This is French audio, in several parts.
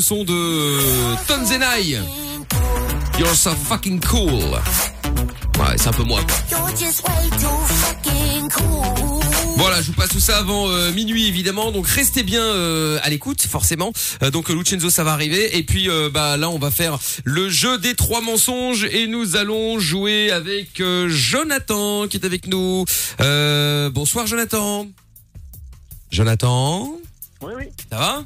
son de Tonzenai. You're so fucking cool. Ouais, c'est un peu moi. Voilà, je vous passe tout ça avant euh, minuit évidemment, donc restez bien euh, à l'écoute forcément. Euh, donc euh, Lucenzo ça va arriver et puis euh, bah là on va faire le jeu des trois mensonges et nous allons jouer avec euh, Jonathan qui est avec nous. Euh, bonsoir Jonathan. Jonathan, Oui, oui, ça va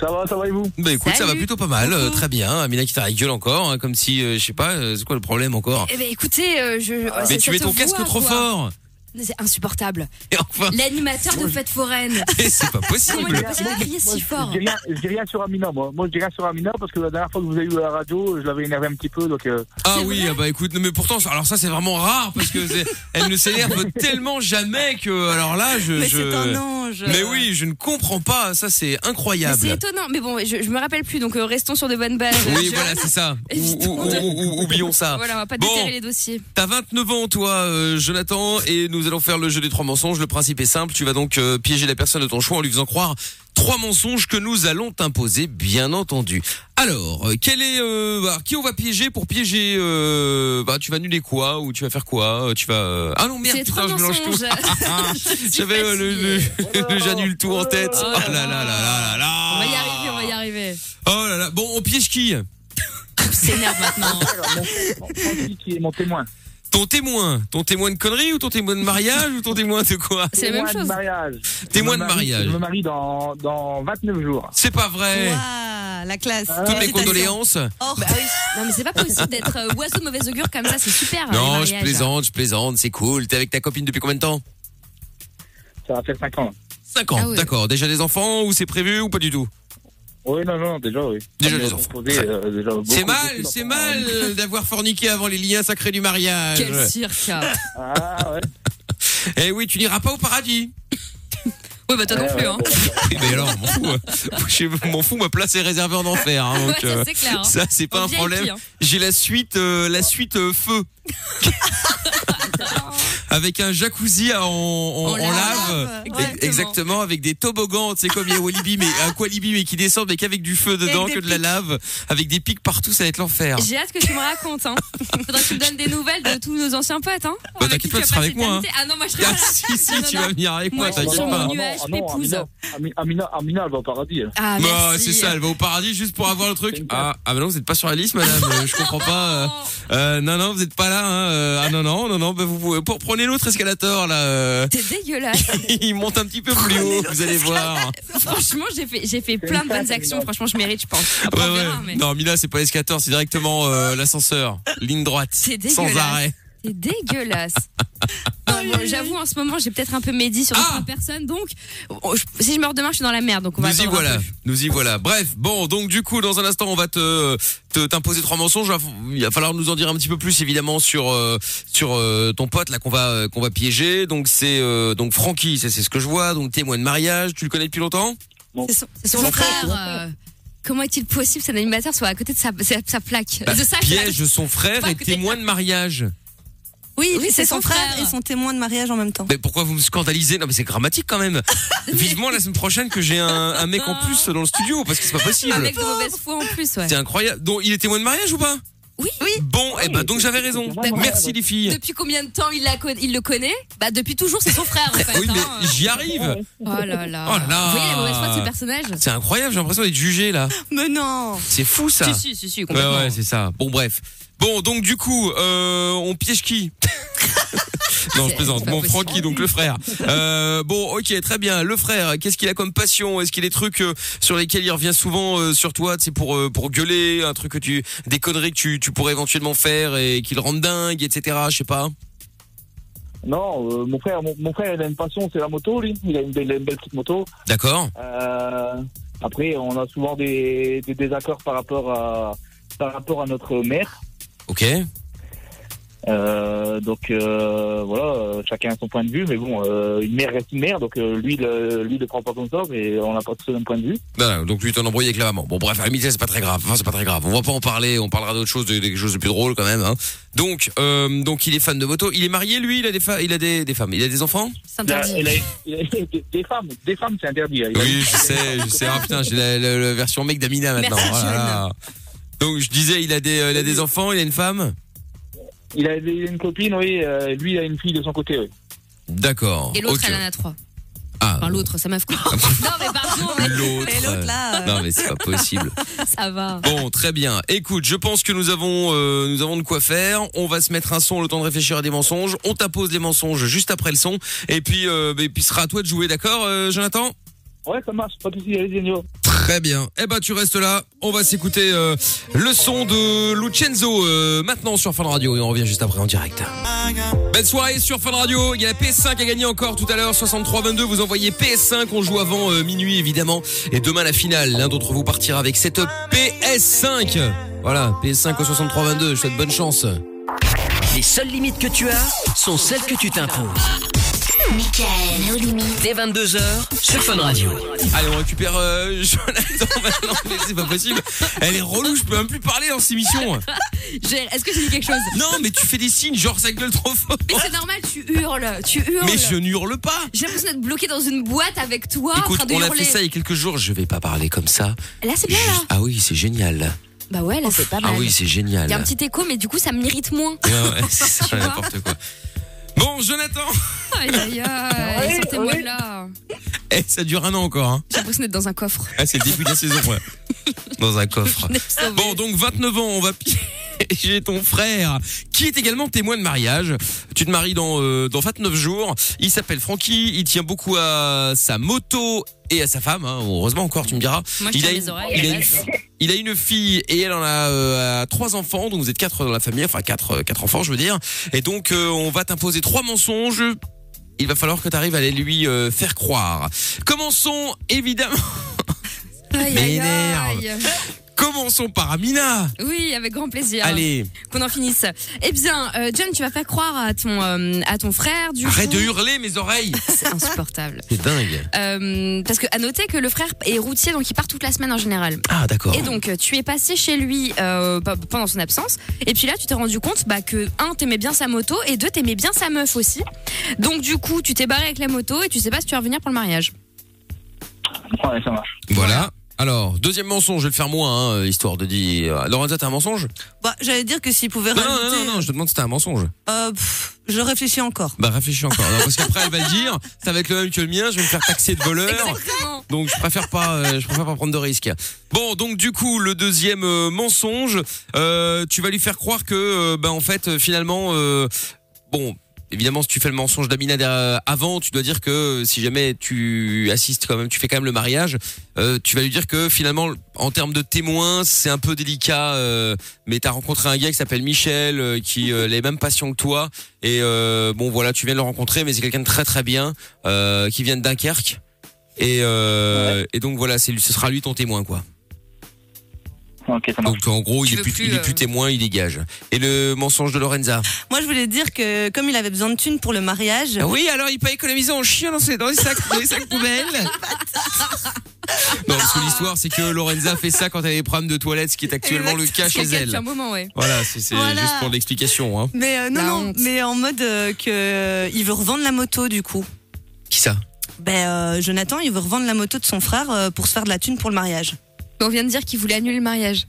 ça va, ça va et vous Bah écoute, ça va Salut. plutôt pas mal, euh, Coucou. très bien. Amina qui fait la gueule encore, hein, comme si euh, je sais pas, euh, c'est quoi le problème encore Eh ben écoutez, euh, je. oh, Ah. Mais c'est- tu ça mets te ton casque voit, trop quoi. fort. Ah. C'est insupportable. Et enfin, L'animateur de fête foraine. mais c'est pas Comment possible. il peut crier si Je fort dis rien, je dis rien sur Amina, moi. Moi, je dis rien sur Amina parce que la dernière fois que vous avez eu à la radio, je l'avais énervé un petit peu, donc. euh, Ah C'est oui, vrai ah bah écoute, non, mais pourtant, ça- alors ça c'est vraiment rare parce que c'est- elle ne s'énerve tellement jamais que, alors là, je, Mais je- c'est un ange. mais oui, je ne comprends pas, ça c'est Mais C'est incroyable. étonnant, mais bon, je, je me rappelle plus, donc euh, restons sur de bonnes bases. Oui, Je- voilà, c'est ça. Ou- ou- Évitons ou- de- ou- ou- oublions ça. Voilà, on va pas Bon. déterrer les dossiers. T'as 29 ans, toi, euh, Jonathan, et nous allons faire le jeu des trois mensonges. Le principe est simple, tu vas donc euh, piéger la personne de ton choix en lui faisant croire trois mensonges que nous allons t'imposer, bien entendu. Alors, euh, quel est euh, bah, qui on va piéger pour piéger euh, Bah, tu vas annuler quoi ou tu vas faire quoi euh, Tu vas euh, ah non merde, C'est putain, trois je mélange tout. Ah, mensonges. Je suis J'avais euh, le, le- fatiguée. le j'annule tout en tête. Oh Oh là là là là là là. On va y arriver, on va y arriver. Oh là là. Bon, on piège qui On s'énerve maintenant. alors, mon- Francky qui est mon témoin. Ton témoin, ton témoin de conneries ou ton témoin de mariage ou ton témoin de quoi C'est la Témoin même de chose. mariage. Témoin Je me de marie- mariage. Je me marie dans, dans 29 jours. C'est pas vrai. Ouah, la classe. Toutes les Félicitations. condoléances. Ah, Or, Oh, bah Non, mais c'est pas possible d'être euh, oiseau de mauvaise augure comme ça, c'est super. hein, les Non, je mariages. plaisante, je plaisante, c'est cool. T'es avec ta copine depuis combien de temps Ça va faire 5 ans. 5 ans, Ah oui. d'accord. Déjà des enfants ou c'est prévu ou pas du tout Oui, non, non, déjà, oui. Déjà, Ça les m'a enfants. proposé, Très- euh, déjà beaucoup, C'est mal, beaucoup c'est d'enfants. mal euh, d'avoir forniqué avant les liens sacrés du mariage. Quel cirque. Ouais, Ah, ouais. Eh oui, tu n'iras pas au paradis. bah toi non Ouais, plus, ouais, hein. bon, Oui, Mais alors, on m'en fout. Je m'en fous, ma place est réservée en enfer. hein, Ouais, donc, euh, ça c'est clair. hein. ça, c'est pas En un VIP, problème. hein. J'ai la suite, euh, la suite euh, feu. hein. avec un jacuzzi en, en- en lave. lave. Ouais, E- exactement. Exactement, avec des toboggans, tu sais, comme il y a Walibi, mais un Walibi, mais qui descendent, mais qu'avec du feu dedans, des que de la pics. lave, avec des pics partout, ça va être l'enfer. J'ai hâte que tu me racontes. Hein. Faudrait que tu me donnes des nouvelles de tous nos anciens potes. Hein, Bah, Avec t'inquiète qui pas, tu tu as seras passé avec moi, hein. l'éternité. Ah non, moi je Ah, rigole. si, si, Non, non, tu non. vas venir avec Moi, moi, je suis t'inquiète sur pas. Bah, mon nuage, ah non, m'épouse. Amina, Ami- Amina, Amina, elle va au paradis. hein. elle. Ah, Bah, merci. c'est ça, elle va au paradis juste pour avoir le truc. Ah, ah bah non, vous êtes pas sur la liste, madame. euh, Je comprends pas. euh, Oh, euh, non, non, vous êtes pas là. Hein. euh, Ah non, non, non, non. Bah vous pouvez. Pour prenez l'autre escalator là. euh, T'es dégueulasse. Il monte un petit peu plus haut. Vous allez voir. Franchement, j'ai fait, j'ai fait plein de bonnes actions. Franchement, je mérite, je pense. Après, Ouais, on ouais. verra, mais- Non, Mila, c'est pas l'escalator, c'est directement euh, l'ascenseur, ligne droite, C'est sans dégueulasse. arrêt. C'est dégueulasse. Non, bon, J'avoue, en ce moment, j'ai peut-être un peu médit sur Ah d'autres personnes, donc oh, je- si je meurs demain, je suis dans la merde, donc on va Nous y attendre un voilà, peu. nous y voilà. Bref, bon, donc du coup, dans un instant, on va te te- t'imposer trois mensonges. Il va falloir nous en dire un petit peu plus, évidemment, sur euh, sur euh, ton pote là qu'on va euh, qu'on va piéger. Donc c'est euh, donc Francky, ça, c'est ce que je vois. Donc témoin de mariage, tu le connais depuis longtemps c'est son- C'est son frère. euh, comment est-il possible que cet animateur soit à côté de sa, sa- sa plaque Bah, De sa plaque. Piège son frère Pas et que t'es- témoin de mariage. Oui, Oui, c'est son frère et son témoin de mariage en même temps. Mais pourquoi vous me scandalisez Non, mais c'est grammatique quand même. Vivement la semaine prochaine que j'ai un, un mec en plus dans le studio parce que c'est pas possible. Un mec de mauvaise foi en plus, ouais. C'est incroyable. Donc, il est témoin de mariage ou pas Oui. Bon, eh ben, donc j'avais c'est raison. témoin de mariage. Merci les filles. Depuis combien de temps il, la conna- il le connaît Bah depuis toujours, c'est son frère en fait. Oui, hein. mais j'y arrive. Oh là Oh là. là là. Ah, Vous voyez la mauvaise foi de ce personnage C'est incroyable, j'ai l'impression d'être jugé là. Mais non C'est fou ça. Si, si, si, si, Ouais, complètement. ouais, c'est ça. Bon, bref. Bon, donc du coup, euh, on piège qui Non, je C'est- plaisante. c'est pas Bon, possible. Francky, donc le frère. Euh, bon, ok, très bien. Le frère, qu'est-ce qu'il a comme passion Est-ce qu'il y a des trucs euh, sur lesquels il revient souvent euh, sur toi C'est pour euh, pour gueuler, un truc que tu des conneries que tu, tu pourrais éventuellement faire et qu'il rende dingue, etc. Je sais pas. Non, euh, mon frère, mon, mon frère, il a une passion, c'est la moto, lui. Il a une belle, il a une belle petite moto. D'accord. Euh, après, on a souvent des, des désaccords par rapport à par rapport à notre mère. Ok. Euh, donc euh, voilà, euh, chacun a son point de vue, mais bon, euh, une mère reste une mère, donc euh, lui, le, lui le prend pas comme ça, mais on n'a pas tous le même point de vue. Non, non, donc lui t'en embrouillé avec la maman. Bon bref, à la mi-temps, c'est pas très grave. Enfin, c'est pas très grave. On va pas en parler. On parlera d'autre chose, de, de quelque chose de plus drôle quand même. Hein. Donc, euh, donc il est fan de moto. Il est marié lui. Il a des fa- il a des, des femmes. Il a des enfants. C'est Il a- interdit. il a- il a- des, des femmes, des femmes, c'est interdit. Il a- Oui, je sais, je sais. Ah putain, j'ai la, la- la version mec d'Amina maintenant. Merci, Oh là là. Donc je disais, il a des, euh, il a des enfants. Il a une femme. Il a, il a une copine, oui. euh, lui, il a une fille de son côté, oui. D'accord. Et l'autre, Ok. elle en a trois. Ah. Enfin, l'autre, ça m'a fait quoi Non, mais pardon, mais L'autre. Et l'autre là. euh, Non mais c'est pas possible. ça va. Bon, très bien. Écoute, je pense que nous avons, euh, nous avons de quoi faire. On va se mettre un son, le temps de réfléchir à des mensonges. On t'impose les mensonges juste après le son. Et puis, euh, et puis ce sera à toi de jouer, d'accord, euh, Jonathan Ouais, ça marche, pas de soucis, allez, Genio. Très bien. Eh ben, tu restes là. On va s'écouter euh, le son de Lucenzo euh, maintenant sur Fun Radio et on revient juste après en direct. Belle soirée sur Fun Radio. Il y a la PS5 à gagner encore tout à l'heure. 63-22. Vous envoyez PS5. On joue avant euh, minuit évidemment. Et demain la finale. L'un d'entre vous partira avec cette PS5. Voilà, PS5 au 63-22. Je vous souhaite bonne chance. Les seules limites que tu as sont celles que tu t'imposes. Michael, nos limites. Dès 22h sur Fun Radio. Allez, on récupère euh, Jonathan maintenant. Mais c'est pas possible. Elle est relou. Je peux même plus parler dans cette émission. J'ai- Est-ce que j'ai dit quelque chose Non, mais tu fais des signes genre ça gueule trop fort. Mais c'est normal, tu hurles, tu hurles. Mais je n'hurle pas. J'ai l'impression d'être bloqué dans une boîte avec toi en Écoute, train de on a hurler. fait ça il y a quelques jours. Je vais pas parler comme ça. Là, c'est bien là. Juste- Ah oui, c'est génial. Bah ouais, là, c'est pas Ah mal. oui, c'est génial. Il y a un petit écho, mais du coup, ça m'irrite moins. Ouais, ouais, c'est ça, Tu vois n'importe quoi. Bon, Jonathan. Aïe, aïe, aïe. Sortez-moi de là. Eh, ça dure un an encore. hein. J'ai l'impression d'être dans un coffre. Ah, c'est le début de la saison. ouais. Dans un coffre. Bon, donc 29 ans, on va piéger ton frère, qui est également témoin de mariage. Tu te maries dans, euh, dans 29 jours. Il s'appelle Francky, il tient beaucoup à sa moto et à sa femme, hein. heureusement encore, tu me diras. Moi, je il, tiens a les une, oreilles, il, a la une, vache. il a une fille et elle en a euh, à trois enfants, donc vous êtes quatre dans la famille, enfin quatre, euh, quatre enfants, je veux dire. Et donc, euh, on va t'imposer trois mensonges. Il va falloir que tu arrives à les lui euh, faire croire. Commençons évidemment. Aïe, aïe, aïe. Commençons par Amina. Oui, avec grand plaisir. Allez, Qu'on en finisse. Eh bien, euh, John, tu vas faire croire à ton, euh, à ton frère du. arrête coup- de hurler mes oreilles. C'est insupportable. C'est dingue. Euh, parce que à noter que le frère est routier, donc il part toute la semaine en général. Ah d'accord. Et donc, euh, tu es passé chez lui euh, pe- pendant son absence. Et puis là, tu t'es rendu compte bah, que, un, t'aimais bien sa moto. Et deux, t'aimais bien sa meuf aussi. Donc, du coup, tu t'es barré avec la moto et tu sais pas si tu vas revenir pour le mariage. Ouais, ça marche. Voilà. Alors, deuxième mensonge, je vais le faire moi, hein, histoire de dire... Lorenza, t'as un mensonge Bah, J'allais dire que s'il pouvait non, non, rajouter. non, non, je te demande si t'as un mensonge. euh, pff, je réfléchis encore. Bah réfléchis encore. Non, parce qu'après, elle va le dire, ça va être le même que le mien, je vais me faire taxer de voleur. Exactement. Donc je préfère pas, euh, je préfère pas prendre de risques. Bon, donc du coup le deuxième euh, mensonge, euh, tu vas lui faire croire que, euh, ben en fait euh, finalement, euh, bon. Évidemment, si tu fais le mensonge d'Amina euh, avant, tu dois dire que euh, si jamais tu assistes quand même, tu fais quand même le mariage, euh, tu vas lui dire que finalement, en termes de témoins, c'est un peu délicat. euh, mais t'as rencontré un gars qui s'appelle Michel, euh, qui euh, a les mêmes passions que toi. Et euh, bon, voilà, tu viens de le rencontrer, mais c'est quelqu'un de très très bien, euh, qui vient de Dunkerque. Et, euh, et donc voilà, c'est lui- ce sera lui ton témoin quoi. Ok, ça marche. Donc en gros, Tu il est veux plus, plus, il est euh, plus témoin, il dégage. Et le mensonge de Lorenza. Moi, je voulais dire que comme il avait besoin de thunes pour le mariage, Ah oui, alors il peut économiser en chiant dans ses dans les sacs, dans les sacs poubelles. non, parce que l'histoire c'est que Lorenza fait ça quand elle a des problèmes de toilette, ce qui est actuellement le cas Parce chez qu'elle calcule un elle. moment, ouais. Voilà, c'est c'est Voilà. juste pour l'explication. Hein. Mais euh, non, La non, honte. mais en mode euh, que euh, il veut revendre la moto du coup. Qui ça Ben euh, Jonathan, il veut revendre la moto de son frère euh, pour se faire de la thune pour le mariage. On vient de dire qu'il voulait annuler le mariage.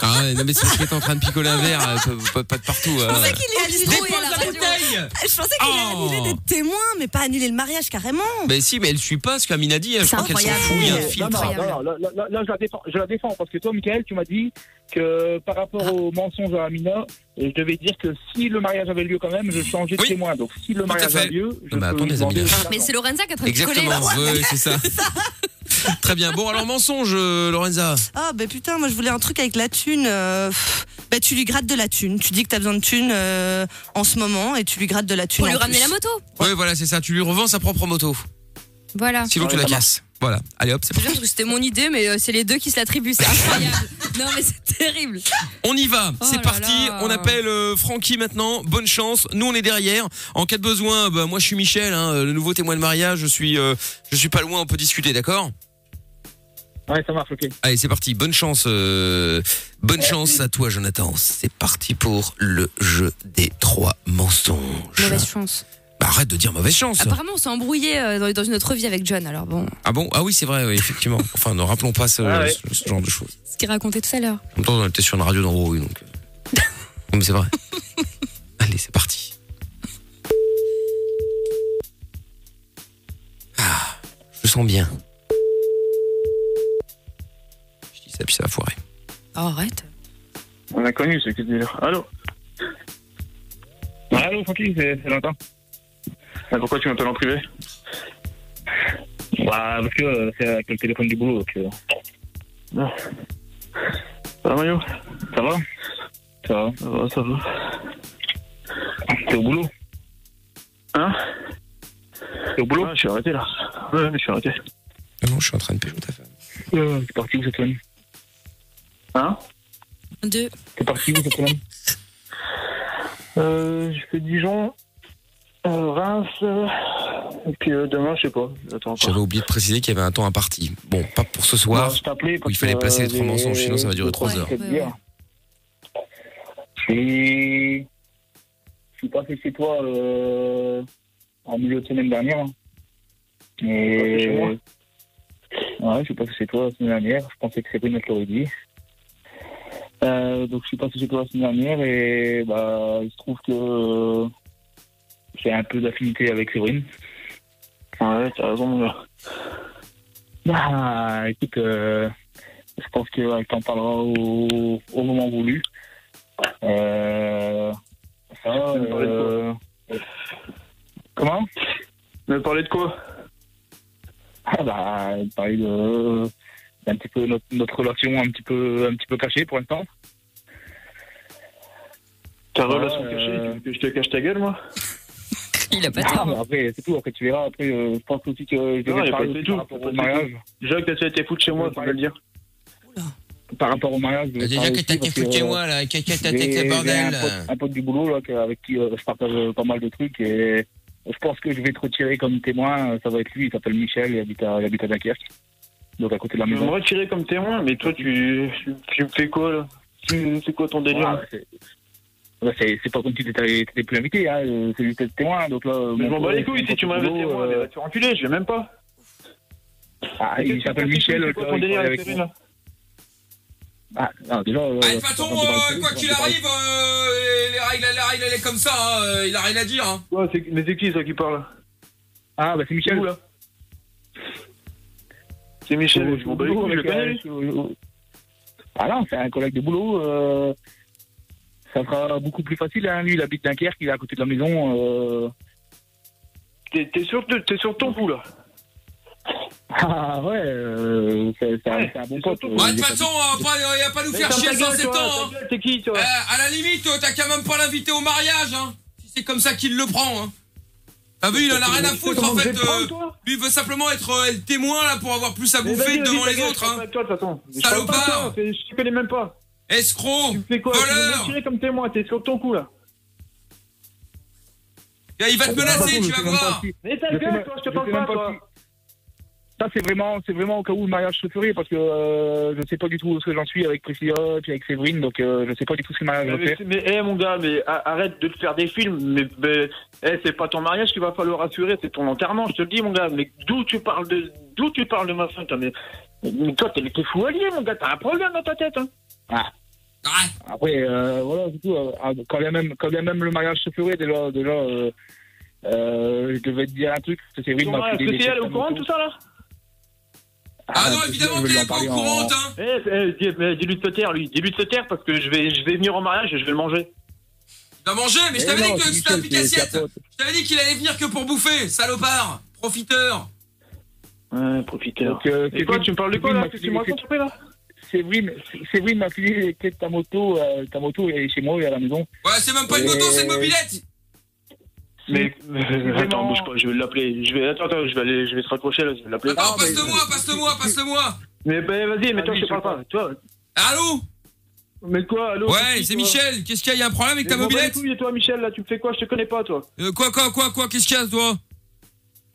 Ah ouais, non mais c'est parce qu'elle est en train de picoler un verre, euh, pas- pas, pas de partout. euh. qu'il annulé- Dépense la bouteille Je pensais qu'il allait Oh. annuler des témoins, mais pas annuler le mariage carrément. Mais si, mais elle suit pas ce qu'Amina dit. hein. Je C'est crois qu'elle s'en incroyable. fout. Il y a un Non, filtre. non, non, là, là- là, là, je la défends, je la défends, parce que toi, Michael, tu m'as dit que par rapport Ah. au mensonge à Amina, je devais dire que si le mariage avait lieu quand même, je changeais de Oui. témoin. Donc si le mariage fait. a lieu, je Non, mais peux attendez, demander Amina. aux Mais gens. c'est Lorenza qui est en train de coller. Exactement, ouais, c'est ça. Très bien. Bon, alors mensonge, euh, Lorenza. Ah ben putain, moi je voulais un truc avec la thune. euh, pff, ben tu lui grattes de la thune. Tu dis que t'as besoin de thune euh, en ce moment et tu lui grattes de la thune. Pour lui en ramener plus. la moto. Ah, Ouais, voilà, c'est ça. Tu lui revends sa propre moto. Voilà. Sinon, tu la casses. Voilà. Allez hop, c'est Je parti. jure que c'était mon idée, mais euh, c'est les deux qui se l'attribuent. C'est incroyable. non, mais c'est terrible. On y va, Oh c'est là parti. là. On appelle euh, Francky maintenant. Bonne chance. Nous on est derrière. En cas de besoin, bah, moi je suis Michel, hein, le nouveau témoin de mariage. Je suis, euh, je suis pas loin. On peut discuter, d'accord Ouais, ça marche, ok. Allez, c'est parti. Bonne chance. euh, bonne chance à toi, Jonathan. C'est parti pour le jeu des trois mensonges. Mauvaise chance. Bah, arrête de dire mauvaise chance. Apparemment, on s'est embrouillé euh, dans, dans une autre vie avec John, alors bon, Ah bon Ah oui, c'est vrai. oui, effectivement. Enfin, ne rappelons pas ce, Ah ouais. ce- ce genre de choses. ce qu'il racontait tout à l'heure. En même temps, on était sur une radio d'en haut, oui, donc. euh. Non, mais c'est vrai. Allez, c'est parti. Ah, je sens bien. Je dis ça, puis ça va foirer. Oh, arrête. On a connu ce que tu dis. Allô Allô, Francky, c'est c'est Jonathan. É pourquoi um tu m'appelles en privé Bah, parce que euh, c'est avec le téléphone du boulot. Donc, Ah. Ça va, Mario Ça va Ça va Ça tá va, ça va. T'es au boulot Hein T'es au boulot Je suis arrêté, là. Ouais, je suis arrêté. Ah non, je suis en train de pécho ta femme. T'es Euh, parti où cette semaine Hein Deux. T'es parti où cette semaine euh, Je fais Dijon, euh, Reims, euh, et puis euh, demain, je sais pas. J'attends encore. J'avais oublié de préciser qu'il y avait un temps imparti. Bon, pas pour ce soir. Non, je t'appelais parce il fallait que, placer les trois euh, mensonges, sinon ça va durer je trois sais heures. te dire. Je suis- je suis passé chez toi euh, en milieu de semaine dernière. hein. Et... Chez moi ouais, je suis passé chez toi la semaine dernière. Je pensais que Sabrina te l'aurait dit. Euh, donc je suis passé chez toi la semaine dernière et bah, il se trouve que euh, j'ai un peu d'affinité avec Séverine. Ouais, t'as raison. Bah, écoute, euh, je pense qu'elle t'en parlera au, au moment voulu. Euh, ça, euh, comment Mais parler de quoi ah bah, elle parlait de d'un petit peu notre, notre relation un petit peu un petit peu cachée pour l'instant. Ta Ouais, relation euh, cachée tu veux que je te cache ta gueule, moi Il a pas Ah, tort. bah, après, c'est tout. Après, tu verras. Après, euh, je pense aussi que je Non, y devais a pas parler de aussi tout. par rapport Pas au de mariage. Jacques, t'as été foutre chez moi, tu peux le dire. Par rapport au mariage. Bah, je devais parler aussi parce que, euh, là, quelqu'un J'ai- j'ai Un euh. pote, un pote du boulot là, que- avec qui euh, je partage euh, pas mal de trucs et euh, je pense que je vais te retirer comme témoin. euh, Ça va être lui, il s'appelle Michel, il habite, à, il habite à Dunkerque, donc à côté de la Tu veux me maison. retirer comme témoin, mais toi, tu, tu, tu me fais quoi, là Tu- C'est quoi ton délire Voilà, Ah, c'est- ouais, c'est c'est pas comme si t'étais t'étais plus invité, hein, euh, c'est juste être témoin. Donc là, euh, Mais je mon m'en bats pote, les couilles mon si tu pote du m'invites boulot, témoin, euh, mais va te faire enculer, je vais même pas. ah, il s'appelle Michel, C'est quoi ton il délire travaille avec avec moi. Cyril Ah, non, déjà. euh, de toute façon, on peut parler euh, de quoi ça, on qu'il peut parler- arrive, euh, les règles, la règle, elle est comme ça. hein, euh, il a rien à dire. hein. Ouais, c'est- Mais c'est qui, ça, qui parle Ah, bah c'est C'est Michel. où, là C'est Oh, Euh, Michel, je m'en bats les couilles, je le euh, connais, lui. Ah non, c'est un collègue de boulot. euh, ça sera beaucoup plus facile. hein. Lui, il habite Dunkerque, il est à côté de la maison. euh. T'es- T'es sûr de- t'es sur ton coup, là Ah ouais, euh, c'est c'est un, Ouais, c'est un bon c'est pote. surtout- euh, Bah, de il est toute pas- façon, on va pas- on va pas nous Mais faire ferme chier ta sans gueule, sept toi, ans. hein. ta gueule, T'es qui, toi Euh, à la limite, euh, t'as quand même pas l'invité au mariage, hein. Si c'est comme ça qu'il le prend, hein. T'as vu, il en a rien à Tu sais foutre, comment en je vais fait. te euh, prendre, toi lui, il veut simplement être euh, le témoin, là, pour avoir plus à Mais bouffer vas-y, vas-y, devant ta les gueule, autres, je parle pas hein. avec toi, de toute façon. Je parle pas avec Salopard. toi, c'est- Je te connais même pas. Escroc, Tu me fais quoi Tu veux me voleur. tirer comme témoin, t'es sur ton coup là. Il va te menacer, tu Je sais vas même pas voir. si- Mais ta je sais gueule, même- toi, je te sais parle même pas, toi. si- Ça, c'est vraiment, c'est vraiment au cas où le mariage se ferait parce que euh, je sais pas du tout où est-ce que j'en suis avec Priscilla puis avec Séverine, donc euh, je sais pas du tout ce que le mariage va Mais, faire. mais eh, mon gars, mais a- arrête de te faire des films. Mais, mais, eh, c'est pas ton mariage qu'il va falloir assurer, c'est ton enterrement, je te le dis, mon gars. Mais d'où tu parles de, d'où tu parles de ma femme, toi, mais, mais toi, t'es, t'es fou allié, mon gars. T'as un problème dans ta tête. Hein. Arrête. Après, euh, voilà, c'est hein. tout. Euh, ah, Quand bien même, quand bien même le mariage se ferait, déjà, déjà euh, euh, je devais te dire un truc. parce que Séverine ton m'a mariage, filé des est elle est textes au courant de moto. tout ça là Ah non, parce que évidemment je veux qu'il lui est en pas au parler en- courant, hein. Eh, eh, dis, mais dis-lui de se taire, lui. Dis-lui de se taire parce que je vais, je vais venir au mariage et je vais le manger. Il va manger, mais je Eh t'avais non, dit que c'est c'était un Michel, c'est- c'est pique-assiette. la faute. Je t'avais dit qu'il allait venir que pour bouffer, salopard, profiteur. Ouais, profiteur. Donc, euh, Et quoi, Séverine- tu me parles de quoi Séverine là m'a Qu'est-ce que filé tu des me racontes textes- après, là Séverine, Séverine m'a filé les clés de ta moto. euh, ta moto elle est chez moi et à la maison. Ouais, c'est même pas une moto, c'est une mobilette. Mais, mais- attends, bouge pas, je vais l'appeler. Je vais, attends, attends, je vais aller, je vais se raccrocher là, je vais l'appeler. Attends, passe-le-moi, passe-le-moi, passe-le-moi. Mais ben vas-y, mais toi je te parle pas. Toi, Allô mais quoi, allô Ouais, qui, c'est toi Michel. Qu'est-ce qu'il y a Il y a un problème avec ta Mais m'en bats les mobilette couilles, et toi Michel là, tu me fais quoi Je te connais pas toi. Euh, Quoi, quoi, quoi, quoi Qu'est-ce qu'il y a, toi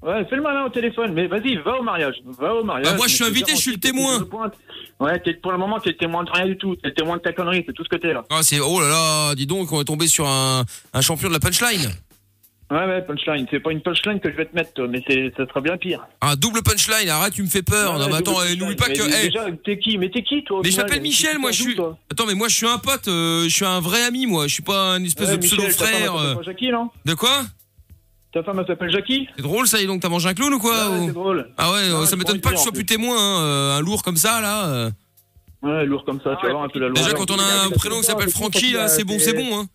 Ouais, fais le malin au téléphone, mais vas-y, va au mariage. Va au mariage. Ah, moi, je suis Mais invité, c'est je suis le garanti que témoin. tu te pointes. Ouais, t'es- pour le moment, t'es le témoin de rien du tout. T'es le témoin de ta connerie, c'est tout ce que t'es là. Ah, c'est. Oh là là, dis donc, on est tombé sur un, un champion de la punchline. Ouais, ouais, punchline. C'est pas une punchline que je vais te mettre, toi, mais c'est, ça sera bien pire. Un double punchline, arrête, tu me fais peur. Non, Ouais, mais attends, double eh, punchline. n'oublie pas Mais que. eh, Déjà, t'es qui Mais t'es qui, toi au Mais je final m'appelle Mais Michel, tu moi, je t'en suis- fous, toi Attends, mais moi je suis un pote, euh, je suis un vrai ami, moi. Je suis pas un espèce Ouais, de Michel, pseudo-frère. Ta femme, elle euh. s'appelle Jackie, non De quoi Ta femme, elle s'appelle Jackie C'est drôle ça, et donc t'as mangé un clown ou quoi Ouais, ouais, ou- c'est drôle. Ah ouais, euh, Ouais, ça je m'étonne pourrais pas le que je sois dire, plus en témoin, hein, euh, un lourd comme ça là. euh. Ah Ouais, lourd comme ça, tu vas voir un peu la lourdeur. Déjà quand on a un prénom qui s'appelle Francky là, c'est bon, c'est bon. Hein.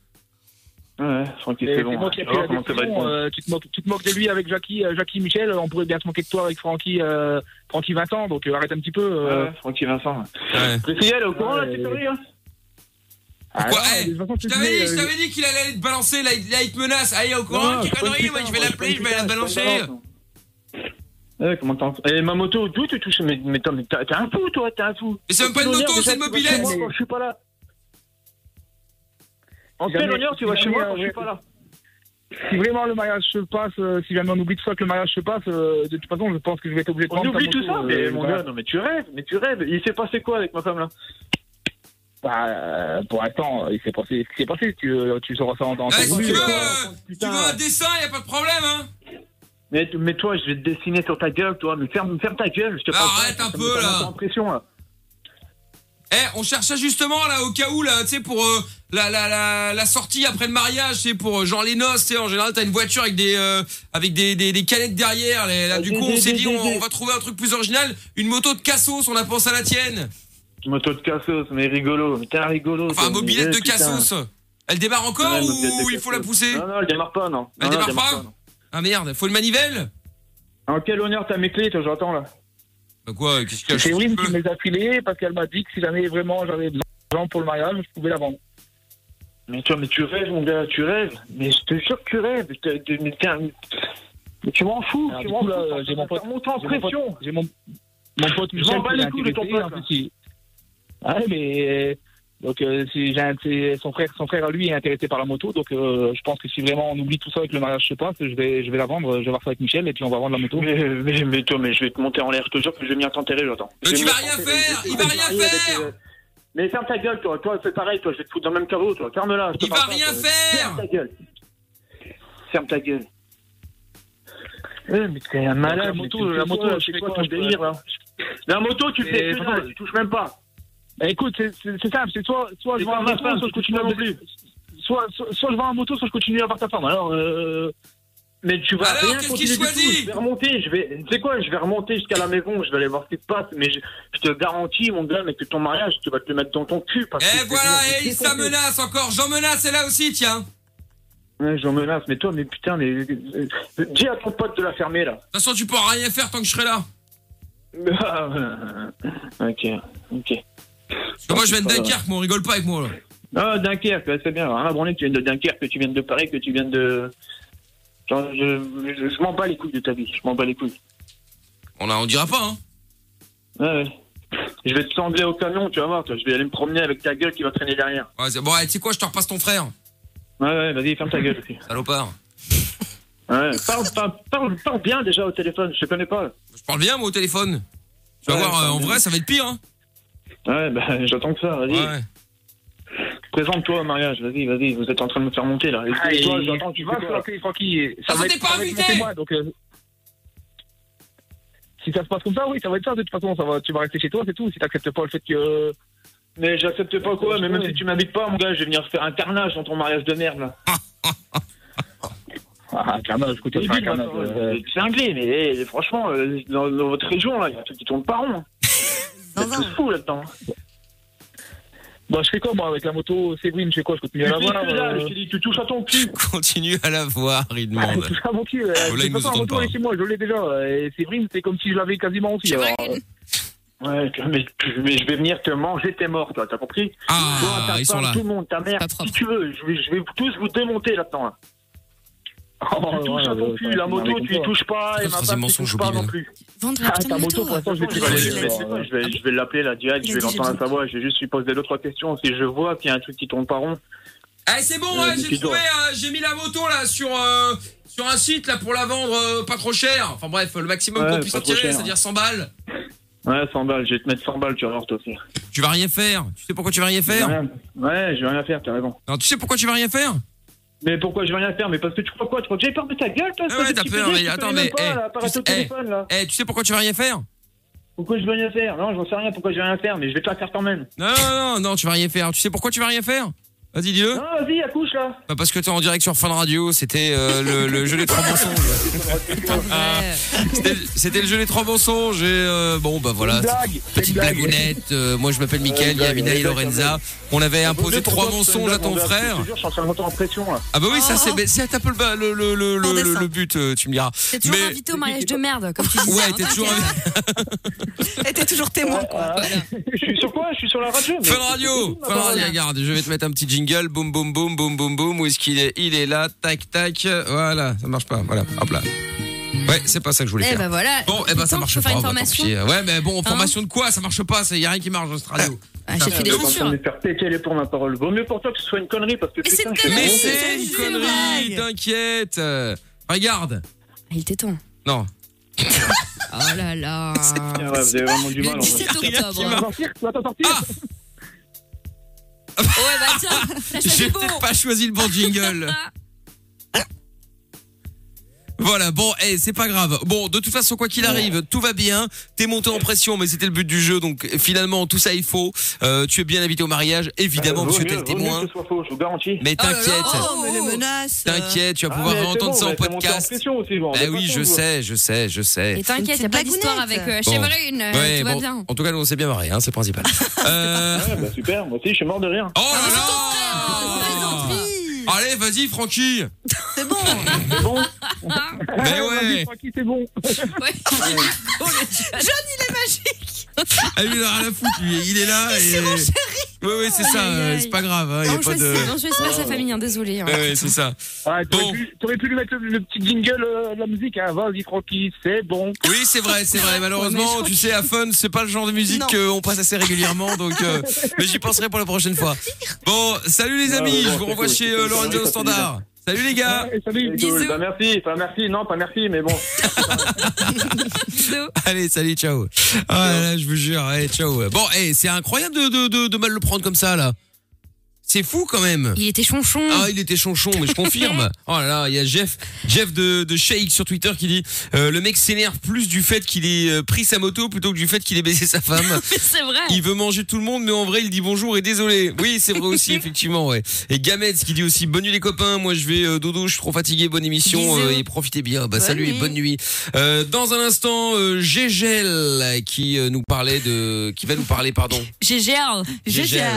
Ouais, Francky, C'est c'est bon. moi qui ai Tu vas pris voir la comment ça va être décision. bon. euh, tu, te moques, tu te moques de lui avec Jackie, euh, Jackie Michel. On pourrait bien se moquer de toi avec Francky, euh, Francky Vincent. Donc euh, arrête un petit peu. euh. Ouais, Francky Vincent. Ouais. Priscilla, elle est au courant, là, Ouais. c'est sérieux, hein Ah Quoi, non, eh, de toute façon, Je te t'avais dis, dit, je euh, t'avais dit qu'il allait te balancer, là, il là, il te menace. Allez, au courant, Non, tu je suis pas conneries, une moi je vais putain, l'appeler, je je suis vais pas la une putain, je suis balancer. pas une Ouais, comment t'en... Eh, ma moto, d'où tu touches Mais, mais t'en- mais t'as- t'es un fou, toi, t'es un fou. Mais c'est même pas une Honneur, moto, déjà, c'est une tu vas chez mobilette. moi quand Je suis pas là. En Jamais- quel honneur tu vas chez jamais, moi quand je ouais. suis pas là Si vraiment le mariage se passe, euh, si jamais on oublie de ça que le mariage se passe, euh, de toute façon, je pense que je vais être obligé de On prendre ta oublie moto, tout ça euh, Mais mon voilà. gars, non, mais tu rêves, mais tu rêves. Il s'est passé quoi avec ma femme là Bah, euh, pour l'instant, il s'est passé ce qui s'est passé. Tu, euh, tu sauras ça en temps. Ah, si tu veux, hein. euh, tu Oh, Putain. veux un dessin, y a pas de problème, hein. mais, mais toi, je vais te dessiner sur ta gueule, toi. Mais ferme, ferme ta gueule, je te Bah, parle pas, arrête ça un me peu, met là. pas en pression, là. Eh, on cherchait justement là au cas où là, tu sais pour euh, la, la la la sortie après le mariage, c'est pour euh, genre les noces, tu sais en général t'as une voiture avec des euh, avec des, des des canettes derrière. les- là, du coup on s'est dit on, on va trouver un truc plus original, une moto de Cassos, on a pensé à la tienne. Moto de Cassos, mais rigolo, mais t'es un rigolo. Enfin toi, mais, mobilette eh, de putain. Cassos. Elle démarre Ouais, encore mobilette de ou il faut la Cassos. Hein pousser Non, non, elle démarre pas, non. Elle Non, non, démarre pas non. Ah merde, faut le manivelle En quel honneur t'as mes clés, toi, j'attends là Bah quoi, qu'est-ce qu'il y a je C'est sais Evelyne pas. qui me les a filés parce qu'elle m'a dit que si jamais vraiment j'avais besoin d'argent pour le mariage, je pouvais la vendre. Mais toi, mais tu rêves, mon gars, tu rêves. Mais je te jure que tu rêves. Je te- te- mais t'es un- mais tu m'en fous, Alors, tu du m'en coup, fous. là, t'es en j'ai mon train de pote- faire monter en j'ai mon pote- pression. J'ai mon, mon pote Je Michel m'en bats qui les est couilles de ton intéressé, pote, en là. plus, il- Ah ouais, mais donc euh, si j'ai un- c'est- son frère, son frère à lui est intéressé par la moto, donc euh, je pense que si vraiment on oublie tout ça avec le mariage se passe, je vais je vais la vendre, je vais voir ça avec Michel et puis on va vendre la moto. Mais, mais, mais toi, mais je vais te monter en l'air, je te jure que je vais venir t'enterrer, j'attends. Mais tu vas rien faire, il va rien faire. euh, Mais ferme ta gueule, toi, toi, fais pareil, toi, je vais te foutre dans le même caveau, toi, ferme-la. je te Il parle va pas, rien toi. faire Ferme ta gueule. Ferme ta gueule. Eh, mais t'es un Donc, malade. la mais moto, tu me la fais moto, quoi, je c'est fais quoi quoi, ton je peux- délire, là La moto, tu Mais fais que attends. dalle, tu touches même pas. Bah, écoute, c'est- c'est c'est simple, c'est soit soit C'est je vends la pas ma moto, femme, soit tu je continue à peux m'oublier. Soit, soit, soit je vends la moto, soit je continue à voir ta femme. Alors euh, Mais tu vas Alors, rien qu'est-ce continuer qu'il du tout. choisit Je vais remonter, je vais. Tu sais quoi Je vais remonter jusqu'à la maison. Je vais aller voir ce qui se passe. Mais je, je te garantis, mon gars, mais que ton mariage, tu vas te le mettre dans ton cul. Parce que Eh c'est- voilà, c'est- eh, ça menace encore, Jean menace est là aussi, tiens. De Ouais, j'en menace. Mais toi, mais putain, mais euh, euh, dis à ton pote de la fermer là. toute façon, tu pourras rien faire tant que je serai là. ok, ok. Parce que moi, je viens de Dunkerque, mais on rigole pas avec moi, là. Ah, Dunkerque, ouais, c'est bien. Rien à branler que tu viennes de Dunkerque, que tu viennes de Paris, que tu viennes de. Genre, je, je, je m'en bats les couilles de ta vie. Je m'en bats les couilles. On, a, on dira pas, hein. Ouais, ouais. Je vais te sangler au camion, tu vas voir. Toi. Je vais aller me promener avec ta gueule qui va traîner derrière. Ouais, c'est- bon, ouais, tu sais quoi, je te repasse ton frère, Ouais, ouais, vas-y, ferme ta gueule aussi. salopard. Ouais, parle, parle, parle, parle bien déjà au téléphone, je te connais pas. Je parle bien, moi, au téléphone. Tu vas Ouais, voir, euh, en parle vrai, ça va être pire, hein. Ouais, bah j'attends que ça, vas-y. Ouais. Présente-toi au mariage, vas-y, vas-y, vous êtes en train de me faire monter là. Ah, Et toi, j'attends que tu tu vas fasses sur quoi la télé, Francky. Ah, c'était pas va être invité mon témoin, donc, euh, si ça se passe comme ça, oui, ça va être ça. De toute façon, ça va, tu vas rester chez toi, c'est tout. Si t'acceptes pas le fait que. Mais j'accepte pas quoi, mais même si tu m'habites pas, mon gars, je vais venir faire un carnage dans ton mariage de merde là. Ah, carnage, écoute, C'est c'est un carnage. euh, cinglé, mais eh, franchement, euh, dans, dans votre région là, il y a un truc qui tourne pas rond. hein. Vous êtes Dans un- tous fous là-dedans. hein. Bah, je fais quoi, moi, avec la moto Séverine, je fais quoi Je continue Tu à la fais voir. que dalle, euh, je te dis, tu touches à ton cul. Continue à la voir, il Ah, demande. tout ça, mon cul. euh, là, de ben. il toute nous façon, la entend moto, pas. elle est chez moi, je l'ai déjà. euh, Et Séverine, c'est comme si je l'avais quasiment aussi. alors, euh, Ouais, mais, mais je vais venir te manger tes morts, toi, t'as compris Toi, Ah, ta ils sont femme, là. tout le monde, ta mère, pas qui propre. tu veux, je vais, je vais tous vous démonter là-dedans. là. oh, tu touches à ton cul, la moto, tu y touches pas, et ma Troisième femme, tu y mensonge hein. touches pas oublié, non là. plus. Vendre la putain ta de moto. Ah, hein. moto, pour l'instant, je vais plus Ah, l'appeler, oui, je il vais- a dit, je vais- je vais l'appeler, la direct, Il je a vais dit, j'ai l'entendre à besoin. sa voix, je vais juste lui poser deux, trois questions. Si je vois qu'il y a un truc qui tourne pas rond, Ah, c'est bon, Euh, hein, j'ai depuis trouvé, euh, j'ai mis la moto là sur euh, sur un site là pour la vendre euh, pas trop cher. Enfin bref, le maximum Ouais, qu'on puisse pas en trop tirer, cher. c'est-à-dire 100 balles. ouais, 100 balles, je vais te mettre 100 balles, tu vas voir toi aussi. Tu vas rien faire. Tu sais pourquoi tu vas rien faire Ouais, ouais, je vais rien faire, t'as raison. Non, tu sais pourquoi tu vas rien faire Mais pourquoi je vais rien faire Mais parce que tu crois quoi Tu crois que j'ai peur de ta gueule, toi Ah espèce ouais, de t'as petit peur, pédé mais qui attends, connaît mais, même pas, eh, là, appareil tu- au téléphone, là. Eh, tu sais pourquoi tu vas rien faire Pourquoi je vais rien faire Non, j'en sais rien, pourquoi je vais rien faire, mais je vais te la faire quand même. non, non, non, non, tu vas rien faire. Tu sais pourquoi tu vas rien faire Vas-y, dis-le. Non, vas-y, accouche, là Bah, parce que t'es en direct sur Fun Radio, c'était euh, le, le jeu des trois mensonges. Ah, C'était- C'était le jeu des trois mensonges et euh, bon bah voilà, petite blagounette. euh, moi je m'appelle Mickaël, il y a Mina et Lorenza. On avait imposé trois mensonges à ton frère. Je te jure, je suis en train de monter en pression, là. Ah bah oui, ça Oh. c'est mais c'est un peu le, le, le, le, Sans le- dessin. le but, euh, tu me diras. T'es toujours Mais- invité au mariage de merde, comme tu disais. Ouais, hein, t'es toujours t'inquiète. invité. Elle était toujours témoin, quoi. Ah, je suis sur quoi Je suis sur la radio. mais- Fun Radio Fun Radio, regarde, je vais te mettre un petit jingle, boum boum boum boum boum boum, où est-ce qu'il est Il est là, tac tac, voilà, ça marche pas, voilà, hop là. Ouais, c'est pas ça que je voulais Eh faire. ben voilà. Bon, eh ben ça Tant que marche faut pas. faire une on va t'en formation. chier. Ouais, mais bon, Hein formation de quoi Ça marche pas, ça y a rien qui marche dans cette radio. Ah, j'ai fait Je des suis en train censures. de me faire péter les plombs, ma parole. Vaut mieux pour toi que ce soit une connerie parce que Mais c'est putain, une je suis Mais connerie. dégoûté. Oh, c'est une c'est connerie, une blague. t'inquiète. euh, Regarde. Ah, Il t'étend. Non. Oh là là. Ah ouais, vous avez vraiment du mal. Le en vrai. 17 octobre. Sortir, tu vas t'en sortir. Ah Ouais, bah tiens, t'as choisi J'ai le bon. peut-être pas choisi le bon jingle. Voilà, bon, eh, c'est pas grave. Bon, de toute façon, quoi qu'il arrive, tout va bien. T'es monté en pression, mais c'était le but du jeu, donc finalement, tout ça est faux. Euh, tu es bien invité au mariage, évidemment, Euh, Vaut parce que mieux- t'es le vaut mieux témoin. que ce soit faux, je vous garantis. Mais Oh là là, t'inquiète, Oh, mais les menaces. euh, t'inquiète, tu vas Ah, pouvoir mais c'est entendre bon, ça en mais c'est monté podcast. pression aussi, bon, Bah on est oui, pas je tous, sais, je sais, je sais. Et t'inquiète, y a pas d'histoire avec euh, Bon. Chevrune. euh, Ouais, tout va bon, bien. En tout cas, nous on s'est bien marré, hein, c'est principal. Euh, Ouais, bah super, moi aussi, je suis mort de rire. Oh Ah, là mais c'est ton là Allez, vas-y, Francky C'est bon. C'est bon Ah, Mais ouais Francky, c'est bon. Ouais. Ah, lui, Il a rien à foutre, lui. Il est là et... Oui, oui, c'est ça, Aïe, aïe, euh, aïe. c'est pas grave, hein, il y a Non, je pas choisis de... Euh. non, je choisis pas sa famille, hein, désolé. hein. Ouais, ouais, c'est ça. Ouais, Ah, t'aurais, Bon. pu, t'aurais pu lui mettre le, le petit jingle, euh, la musique, hein. vas-y Francky, c'est bon. Oui, c'est vrai, c'est vrai. Ouais, mais je Malheureusement, crois tu sais, à Fun, c'est pas le genre de musique Non. qu'on passe assez régulièrement, donc... euh, Mais j'y penserai pour la prochaine fois. Bon, salut les Ah, amis, bon, je vous c'est renvoie cool, chez c'est euh, cool. Lorenzo au Ouais, Standard. Salut les gars Ouais, salut. Bisous. Bah merci, pas merci, non, pas merci, mais bon. Bisous. Allez, salut, ciao. Ah là, là, je vous jure, allez, ciao. Bon, eh, c'est incroyable de, de, de, de mal le prendre comme ça, là. C'est fou quand même. Il était chonchon. Ah, il était chonchon, mais je confirme. Oh là là, il y a Jeff, Jeff de, de Shake sur Twitter qui dit euh, le mec s'énerve plus du fait qu'il ait euh, pris sa moto plutôt que du fait qu'il ait baisé sa femme. C'est vrai. Il veut manger tout le monde, mais en vrai, il dit bonjour et désolé. Oui, c'est vrai aussi, effectivement, ouais. Et Gametz qui dit aussi bonne nuit les copains. Moi, je vais euh, dodo, je suis trop fatigué. Bonne émission Bisous. euh, et profitez bien. Bah Bonne salut et nuit. bonne nuit. Euh, dans un instant, euh, Gégel euh, qui euh, nous parlait de, qui va nous parler, pardon, GGR. Gégel.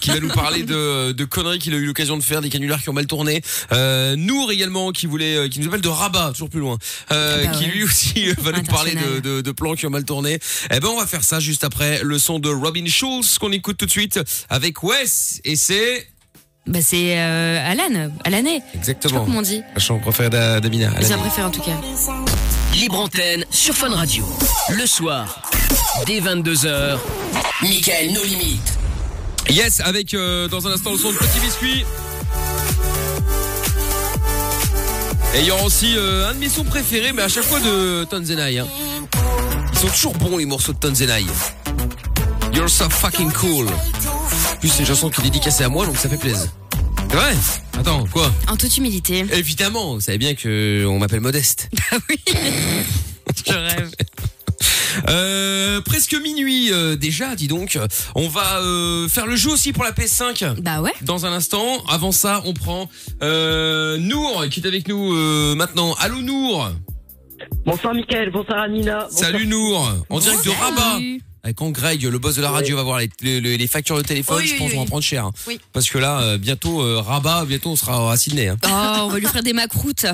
qui va nous parler de, de conneries qu'il a eu l'occasion de faire, des canulars qui ont mal tourné. Euh, Nour également qui voulait, euh, qui nous appelle de Rabat, toujours plus loin, euh, Ah bah qui ouais. lui aussi euh, va nous parler de, International. de, de plans qui ont mal tourné. Eh ben on va faire ça juste après le son de Robin Schulz qu'on écoute tout de suite avec Wes et c'est Bah c'est euh, Alan, Alané. Je sais pas exactement comment on dit. la chambre préférée d'A- d'Amina. C'est la préférée en tout cas. Libre antenne sur Fun Radio. Le soir, dès 22h, Mickaël nos limites. Yes, avec euh, dans un instant le son de Petit Biscuit. Et il y aura aussi euh, un de mes sons préférés, mais à chaque fois de Tonzenai. Hein. Ils sont toujours bons les morceaux de Tonzenai. You're so fucking cool. En Plus c'est une chanson qui est dédicacée à moi, donc ça fait plaisir. C'est vrai Attends, quoi En toute humilité. Évidemment, vous savez bien que on m'appelle Modeste. Ah oui. Je rêve. Euh, presque minuit euh, déjà, dis donc. On va euh, faire le jeu aussi pour la PS5. Bah ouais. dans un instant. Avant ça, on prend euh, Nour qui est avec nous euh, maintenant. Allô Nour Bonsoir Mickaël, bonsoir Amina. Salut Nour En direct de Rabat avec quand Greg, le boss de la radio, va voir les, les- les factures de téléphone, Oui, je oui, pense qu'on va oui. prendre cher. hein. Oui. Parce que là, euh, bientôt, euh, Rabat, bientôt on sera à Sydney. hein. Oh, on va lui faire des macroutes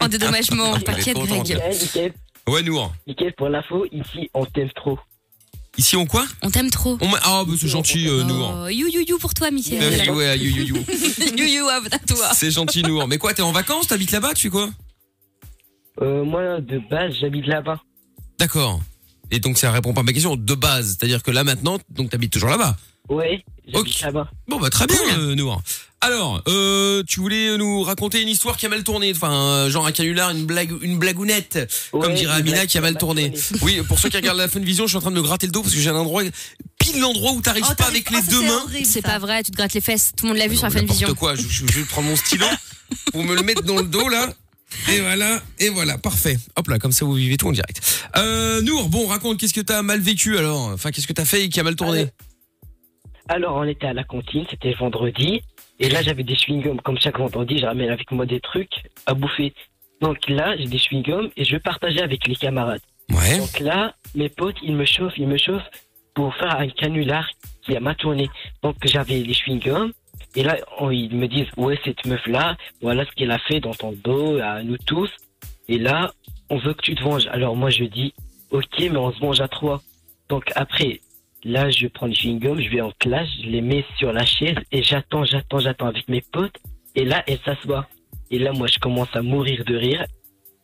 en dédommagement. Elle est T'inquiète, contente. Greg. Mickaël, Mickaël, ouais Nour Mickaël, pour l'info, ici on t'aime trop. Ici, on quoi On t'aime trop. On m'a- Ah, bah, c'est gentil, euh, Nour. Oh, you, you, you pour toi, Michael. Euh, ouais, you, you, you. you, you, à toi. C'est gentil, Nour. Mais quoi, t'es en vacances T'habites là-bas Tu fais quoi Euh, moi, de base, j'habite là-bas. D'accord. Et donc, ça répond pas à ma question de base. C'est-à-dire que là, maintenant, donc t'habites toujours là-bas. Ouais, j'habite là-bas. Bon, bah, très bien, euh, Nour. Alors, euh, tu voulais nous raconter une histoire qui a mal tourné, enfin, euh, genre un canular, une blague, une blagounette, comme dirait une Amina, blague qui a mal tourné. Oui, pour ceux qui regardent la fin de vision, je suis en train de me gratter le dos parce que j'ai un endroit, pile l'endroit où Oh, t'arrives Oh, pas avec Ah, les deux mains. C'est pas vrai, tu te grattes les fesses. Tout le monde l'a vu sur la fin de N'importe vision. quoi, je, je, je vais prendre mon stylo pour me le mettre dans le dos là. Et voilà, et voilà, parfait. Hop là, comme ça vous vivez tout en direct. Euh, Nour, bon, raconte, qu'est-ce que t'as mal vécu alors Enfin, qu'est-ce que t'as fait et qui a mal tourné Alors, on était à la cantine, c'était vendredi. Et là, j'avais des chewing-gums. Comme chaque vendredi, je ramène avec moi des trucs à bouffer. Donc là, j'ai des chewing-gums et je vais partager avec les camarades. Ouais. Donc là, mes potes, ils me chauffent, ils me chauffent pour faire un canular qui a ma tournée. Donc j'avais les chewing-gums. Et là, on- ils me disent, ouais, cette meuf-là, voilà ce qu'elle a fait dans ton dos, à nous tous. Et là, on veut que tu te venges. Alors moi, je dis, ok, mais on se venge à trois. Donc après, là, je prends les chewing-gums, je vais en classe, je les mets sur la chaise et j'attends, j'attends, j'attends avec mes potes. Et là, elle s'assoit. Et là, moi, je commence à mourir de rire.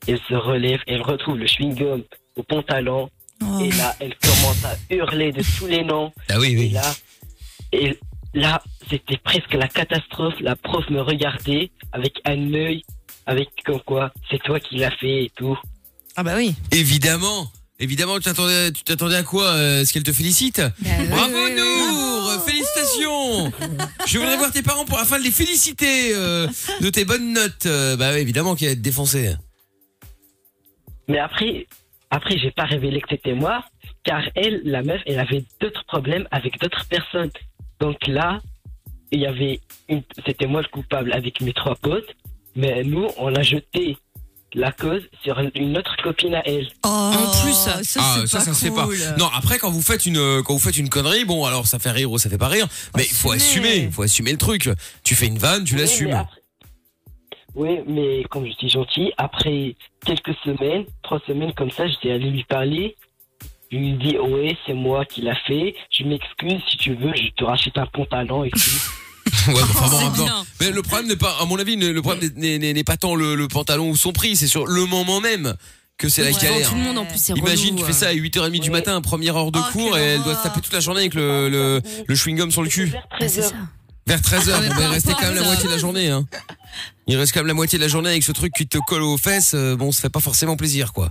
Elle se relève, elle retrouve le chewing-gum au pantalon. Oh. Et là, elle commence à hurler de tous les noms. Ah oui, oui. Et là, et là c'était presque la catastrophe. La prof me regardait avec un œil, avec comme quoi, c'est toi qui l'as fait et tout. Ah bah oui. Évidemment, évidemment, tu t'attendais, tu t'attendais à quoi euh, Est-ce qu'elle te félicite Bravo Bah oui, Oh. oui, Nour, félicitations Je voudrais voir tes parents pour afin de les féliciter euh, de tes bonnes notes. Euh, bah oui, évidemment qu'elle va être défoncée. Mais après, après, j'ai pas révélé que c'était moi, car elle, la meuf, elle avait d'autres problèmes avec d'autres personnes. Donc là, il y avait une, c'était moi le coupable avec mes trois potes, mais nous, on a jeté la cause sur une autre copine à elle. Oh. en plus, ça, ah, ça, ça se fait pas. Non, après, quand vous faites une, euh, quand vous faites une connerie, bon, alors ça fait rire ou ça fait pas rire, mais il faut assumer, il faut assumer le truc. Tu fais une vanne, tu Oui, mais ah, l'assumes. après- Oui, mais comme je suis gentil, après quelques semaines, trois semaines comme ça, j'étais allé lui parler. Je lui dis, ouais, c'est moi qui l'a fait. Je m'excuse, si tu veux, je te rachète un pantalon et tout. Ouais, mais enfin, bon, c'est en même temps. bien. Mais le problème n'est pas, à mon avis, ne- le problème n'est- n'est n'est pas tant le, le pantalon ou son prix, c'est sur le moment même que c'est la Ouais, galère. Tout le monde en plus, c'est Imagine, relou, euh. tu fais ça à 8h30 du matin, première heure de cours, et elle doit se taper toute la journée avec le, le, le chewing-gum sur le cul. Ah, Bah, c'est ça. Vers 13h, Ah, mais ben, il peu reste quand importe, même la ça. moitié de la journée. Hein. Il reste quand même la moitié de la journée avec ce truc qui te colle aux fesses, euh, bon, ça fait pas forcément plaisir, quoi.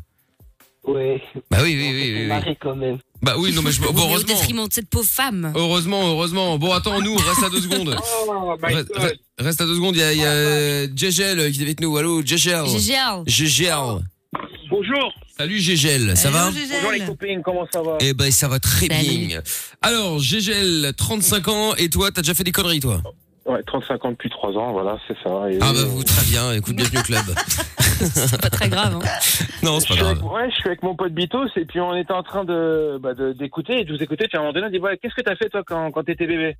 Ouais. Bah oui, oui, oui. oui, oui. Marré quand même. Bah oui, non, mais je, bon, Mais Au heureusement. détriment de cette pauvre femme. Heureusement, heureusement. Bon, attends, nous, reste à deux secondes. Reste, reste- reste à deux secondes, il y a, il y a euh, Jégel, euh, qui est avec nous. Allô, Jégel. Jégel. Jégel. Bonjour. Salut Jégel, Eh, ça va Bonjour les copines, comment ça va Eh ben, ça va très Salut. bien. Alors, Jégel, 35 ans, et toi, t'as déjà fait des conneries, toi Ouais, 35 ans depuis 3 ans, voilà, c'est ça. Et... Ah bah, vous, très bien. Écoute, bienvenue au club. c'est pas très grave. hein. non, c'est pas Je suis grave. avec- ouais, je suis avec mon pote Bitos et puis on était en train de bah, de- d'écouter et de vous écouter. Puis à un moment donné, on dit ouais, qu'est-ce que t'as fait toi quand quand t'étais bébé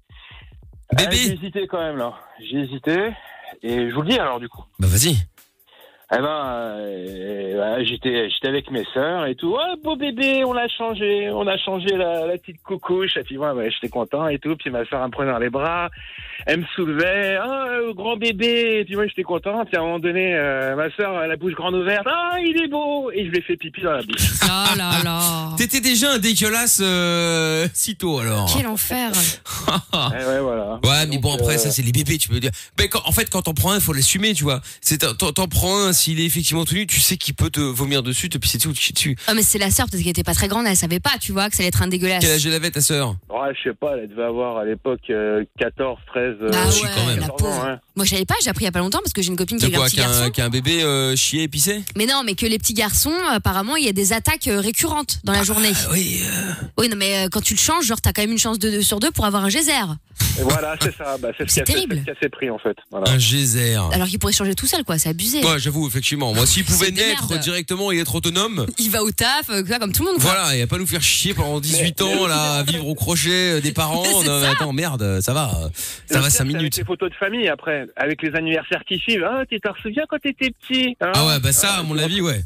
Bébé. J'ai hésité quand même là. J'ai hésité et je vous le dis alors du coup. Bah vas-y. Eh ben, euh, bah, j'étais j'étais avec mes sœurs et tout. Oh beau bébé, on l'a changé, on a changé la, la petite coucouche. Et puis moi, ouais, j'étais content et tout. Puis ma sœur elle me prenait dans les bras, elle me soulevait. Oh grand bébé. Et puis moi, j'étais content. Puis à un moment donné, euh, ma sœur, elle a la bouche grande ouverte. Ah il est beau. Et je lui ai fait pipi dans la bouche. Ah là là. T'étais déjà un dégueulasse euh, sitôt, alors. Quel enfer. Ah. Eh ouais, voilà. Ouais, mais bon, après, ça, c'est les bébés, tu peux dire. Mais quand- en fait, quand t'en prends un, faut l'assumer, tu vois. C'est, un- t'en, t'en prends un, s'il est effectivement tenu, tu sais qu'il peut te vomir dessus, te pisser dessus, ou te chier dessus. Ah, mais c'est la sœur, peut-être qu'elle était pas très grande, elle savait pas, tu vois, que ça allait être un dégueulasse. Quel âge elle avait, ta sœur Ouais, je sais pas. Elle devait avoir à l'époque euh, 14, 13. euh, quand même. 14 ans, hein. Moi, je savais pas, j'ai appris il y a pas longtemps parce que j'ai une copine qui a C'est eu un quoi, petit garçon. qu'un, qu'un bébé euh, chier épicé Mais non, mais que les petits garçons, euh, apparemment, il y a des attaques euh, récurrentes dans la journée. Oui. Ah Oui, non, mais euh, quand tu le changes, genre, t'as quand même une chance de 2 sur 2 pour avoir un geyser. Et voilà, c'est ça. Bah, c'est ce qui a fait- terrible. c'est ce qui a fait pris en fait. Voilà. Un geyser. Alors qu'il pourrait changer tout seul, quoi, c'est abusé. Ouais, j'avoue, effectivement. Moi, s'il pouvait Ah C'est des naître merdes. directement et être autonome. Il va au taf, euh, quoi, comme tout le monde, quoi. Voilà, et à pas nous faire chier pendant 18 ans, là, à vivre au crochet euh, des parents. C'est Non, mais ça. attends, merde, ça va. Ah, Ça Le va 5 pire, c'est minutes. Avec les photos de famille après, avec les anniversaires qui suivent. Ah, tu t'en souviens quand t'étais petit hein Ah ouais, bah ça, à mon avis, ouais.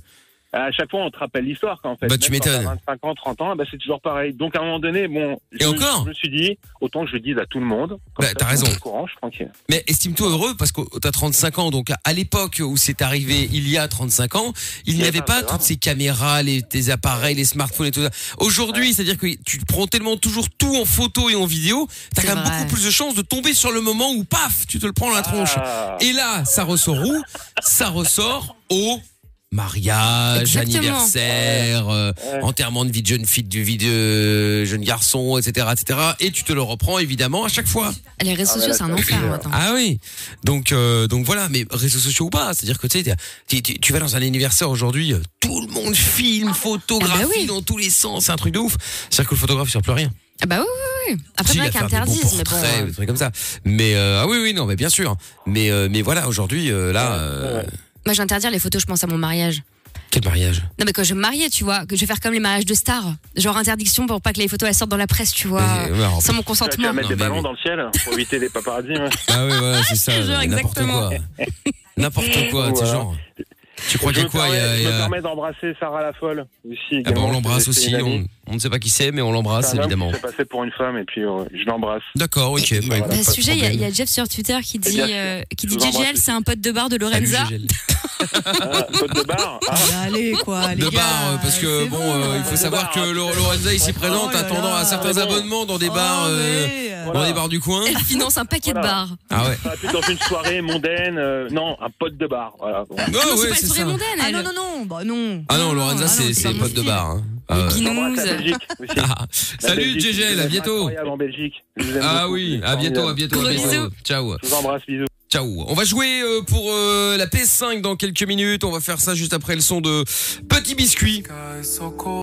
à chaque fois, on te rappelle l'histoire, quoi, en fait. Bah, tu Même quand t'as m'étonnes. 25 ans, 30 ans, bah, c'est toujours pareil. Donc, à un moment donné, bon. je, encore Je me suis dit, autant que je le dise à tout le monde. Bah, t'as raison. Au courant, je suis tranquille. Mais estime-toi heureux parce que t'as 35 ans, donc à- à l'époque où c'est arrivé, il y a 35 ans, il n'y avait pas toutes ces caméras, les, tes appareils, les smartphones et tout ça. Aujourd'hui, c'est-à-dire que tu prends tellement toujours tout en photo et en vidéo, t'as quand même beaucoup plus de chances de tomber sur le moment où paf, tu te le prends dans la tronche. Et là, ça ressort où Ça ressort au mariage, Exactement. anniversaire, euh, enterrement de vie de jeune fille, de vie de jeune garçon, etc., etc. Et tu te le reprends évidemment à chaque fois. Les réseaux sociaux, c'est un enfer maintenant. Ah oui. Donc euh, donc voilà, mais réseaux sociaux ou pas, c'est-à-dire que tu sais, tu- tu tu vas dans un anniversaire aujourd'hui, euh, tout le monde Ah. filme, photographie Eh ben dans tous les sens, c'est un truc de ouf. C'est-à-dire que le photographe il sert plus à rien. Ah bah oui, oui, oui. Après, Si, pas il va faire des bons qu'interdisent, mais bon. portraits ou euh, des trucs comme ça. Mais euh, ah oui oui non, mais bien sûr. Mais euh, mais voilà, aujourd'hui euh, là euh, Moi, j'interdire les photos, je pense à mon mariage. quel mariage Non, mais quand je vais me marier, tu vois, que je vais faire comme les mariages de stars. Genre interdiction pour pas que les photos elles sortent dans la presse, tu vois. Mais, ouais, en plus- sans mon Tu vas consentement. mettre des ballons dans le ciel pour éviter les hein. paparazzis. ouais. Ah oui voilà, c'est ça. Je te jure, euh, N'importe exactement. quoi. N'importe quoi, tu sais, genre. Tu crois Je qu'il y a me quoi il y a- permets- il y Je a- me permets d'embrasser Sarah la folle aussi. Ah bah, également, on l'embrasse c'est- aussi, c'est une on, amie. on ne sait pas qui Ah, c'est, mais on l'embrasse C'est un homme évidemment. qui s'est passé pour une femme et puis euh, je l'embrasse. D'accord, ok. bah, écoute, Bah, pas ce de sujet, il y a- problème. il y, a Jeff sur Twitter qui dit, bien sûr. euh, qui dit Je vous embrasse JGL, c'est un pote de bar de Lorenza. Salut, Ah, faute de barre. Ah. Bah, Allez, quoi, de bar, euh, parce que bon, euh, il faut savoir que Lo- Lorenza ici présente, attendant à certains abonnements Oh, dans des bars, euh, dans les bars du coin. Elle finance un paquet de bars. Ah ouais. Ah, puis dans une soirée mondaine, euh, non, un pote de bar. Voilà. Non, Ah non, ouais, c'est pas une c'est soirée ça. mondaine, Ah elle. non, non, non, bah non. Ah non, Lorenza, c'est c'est pote de bar. hein. Ah ouais. Guinouse. La Belgique aussi. Ah. Salut Belgique, GGL, c'est à bientôt. incroyable en Belgique. Je vous aime Ah beaucoup, oui, c'est à bientôt, à formidable. bientôt, à Gros bientôt. bisous. Ciao. Je vous embrasse, bisous. Ciao. On va jouer euh, pour euh, la PS5 dans quelques minutes. On va faire ça juste après le son de Petit Biscuit.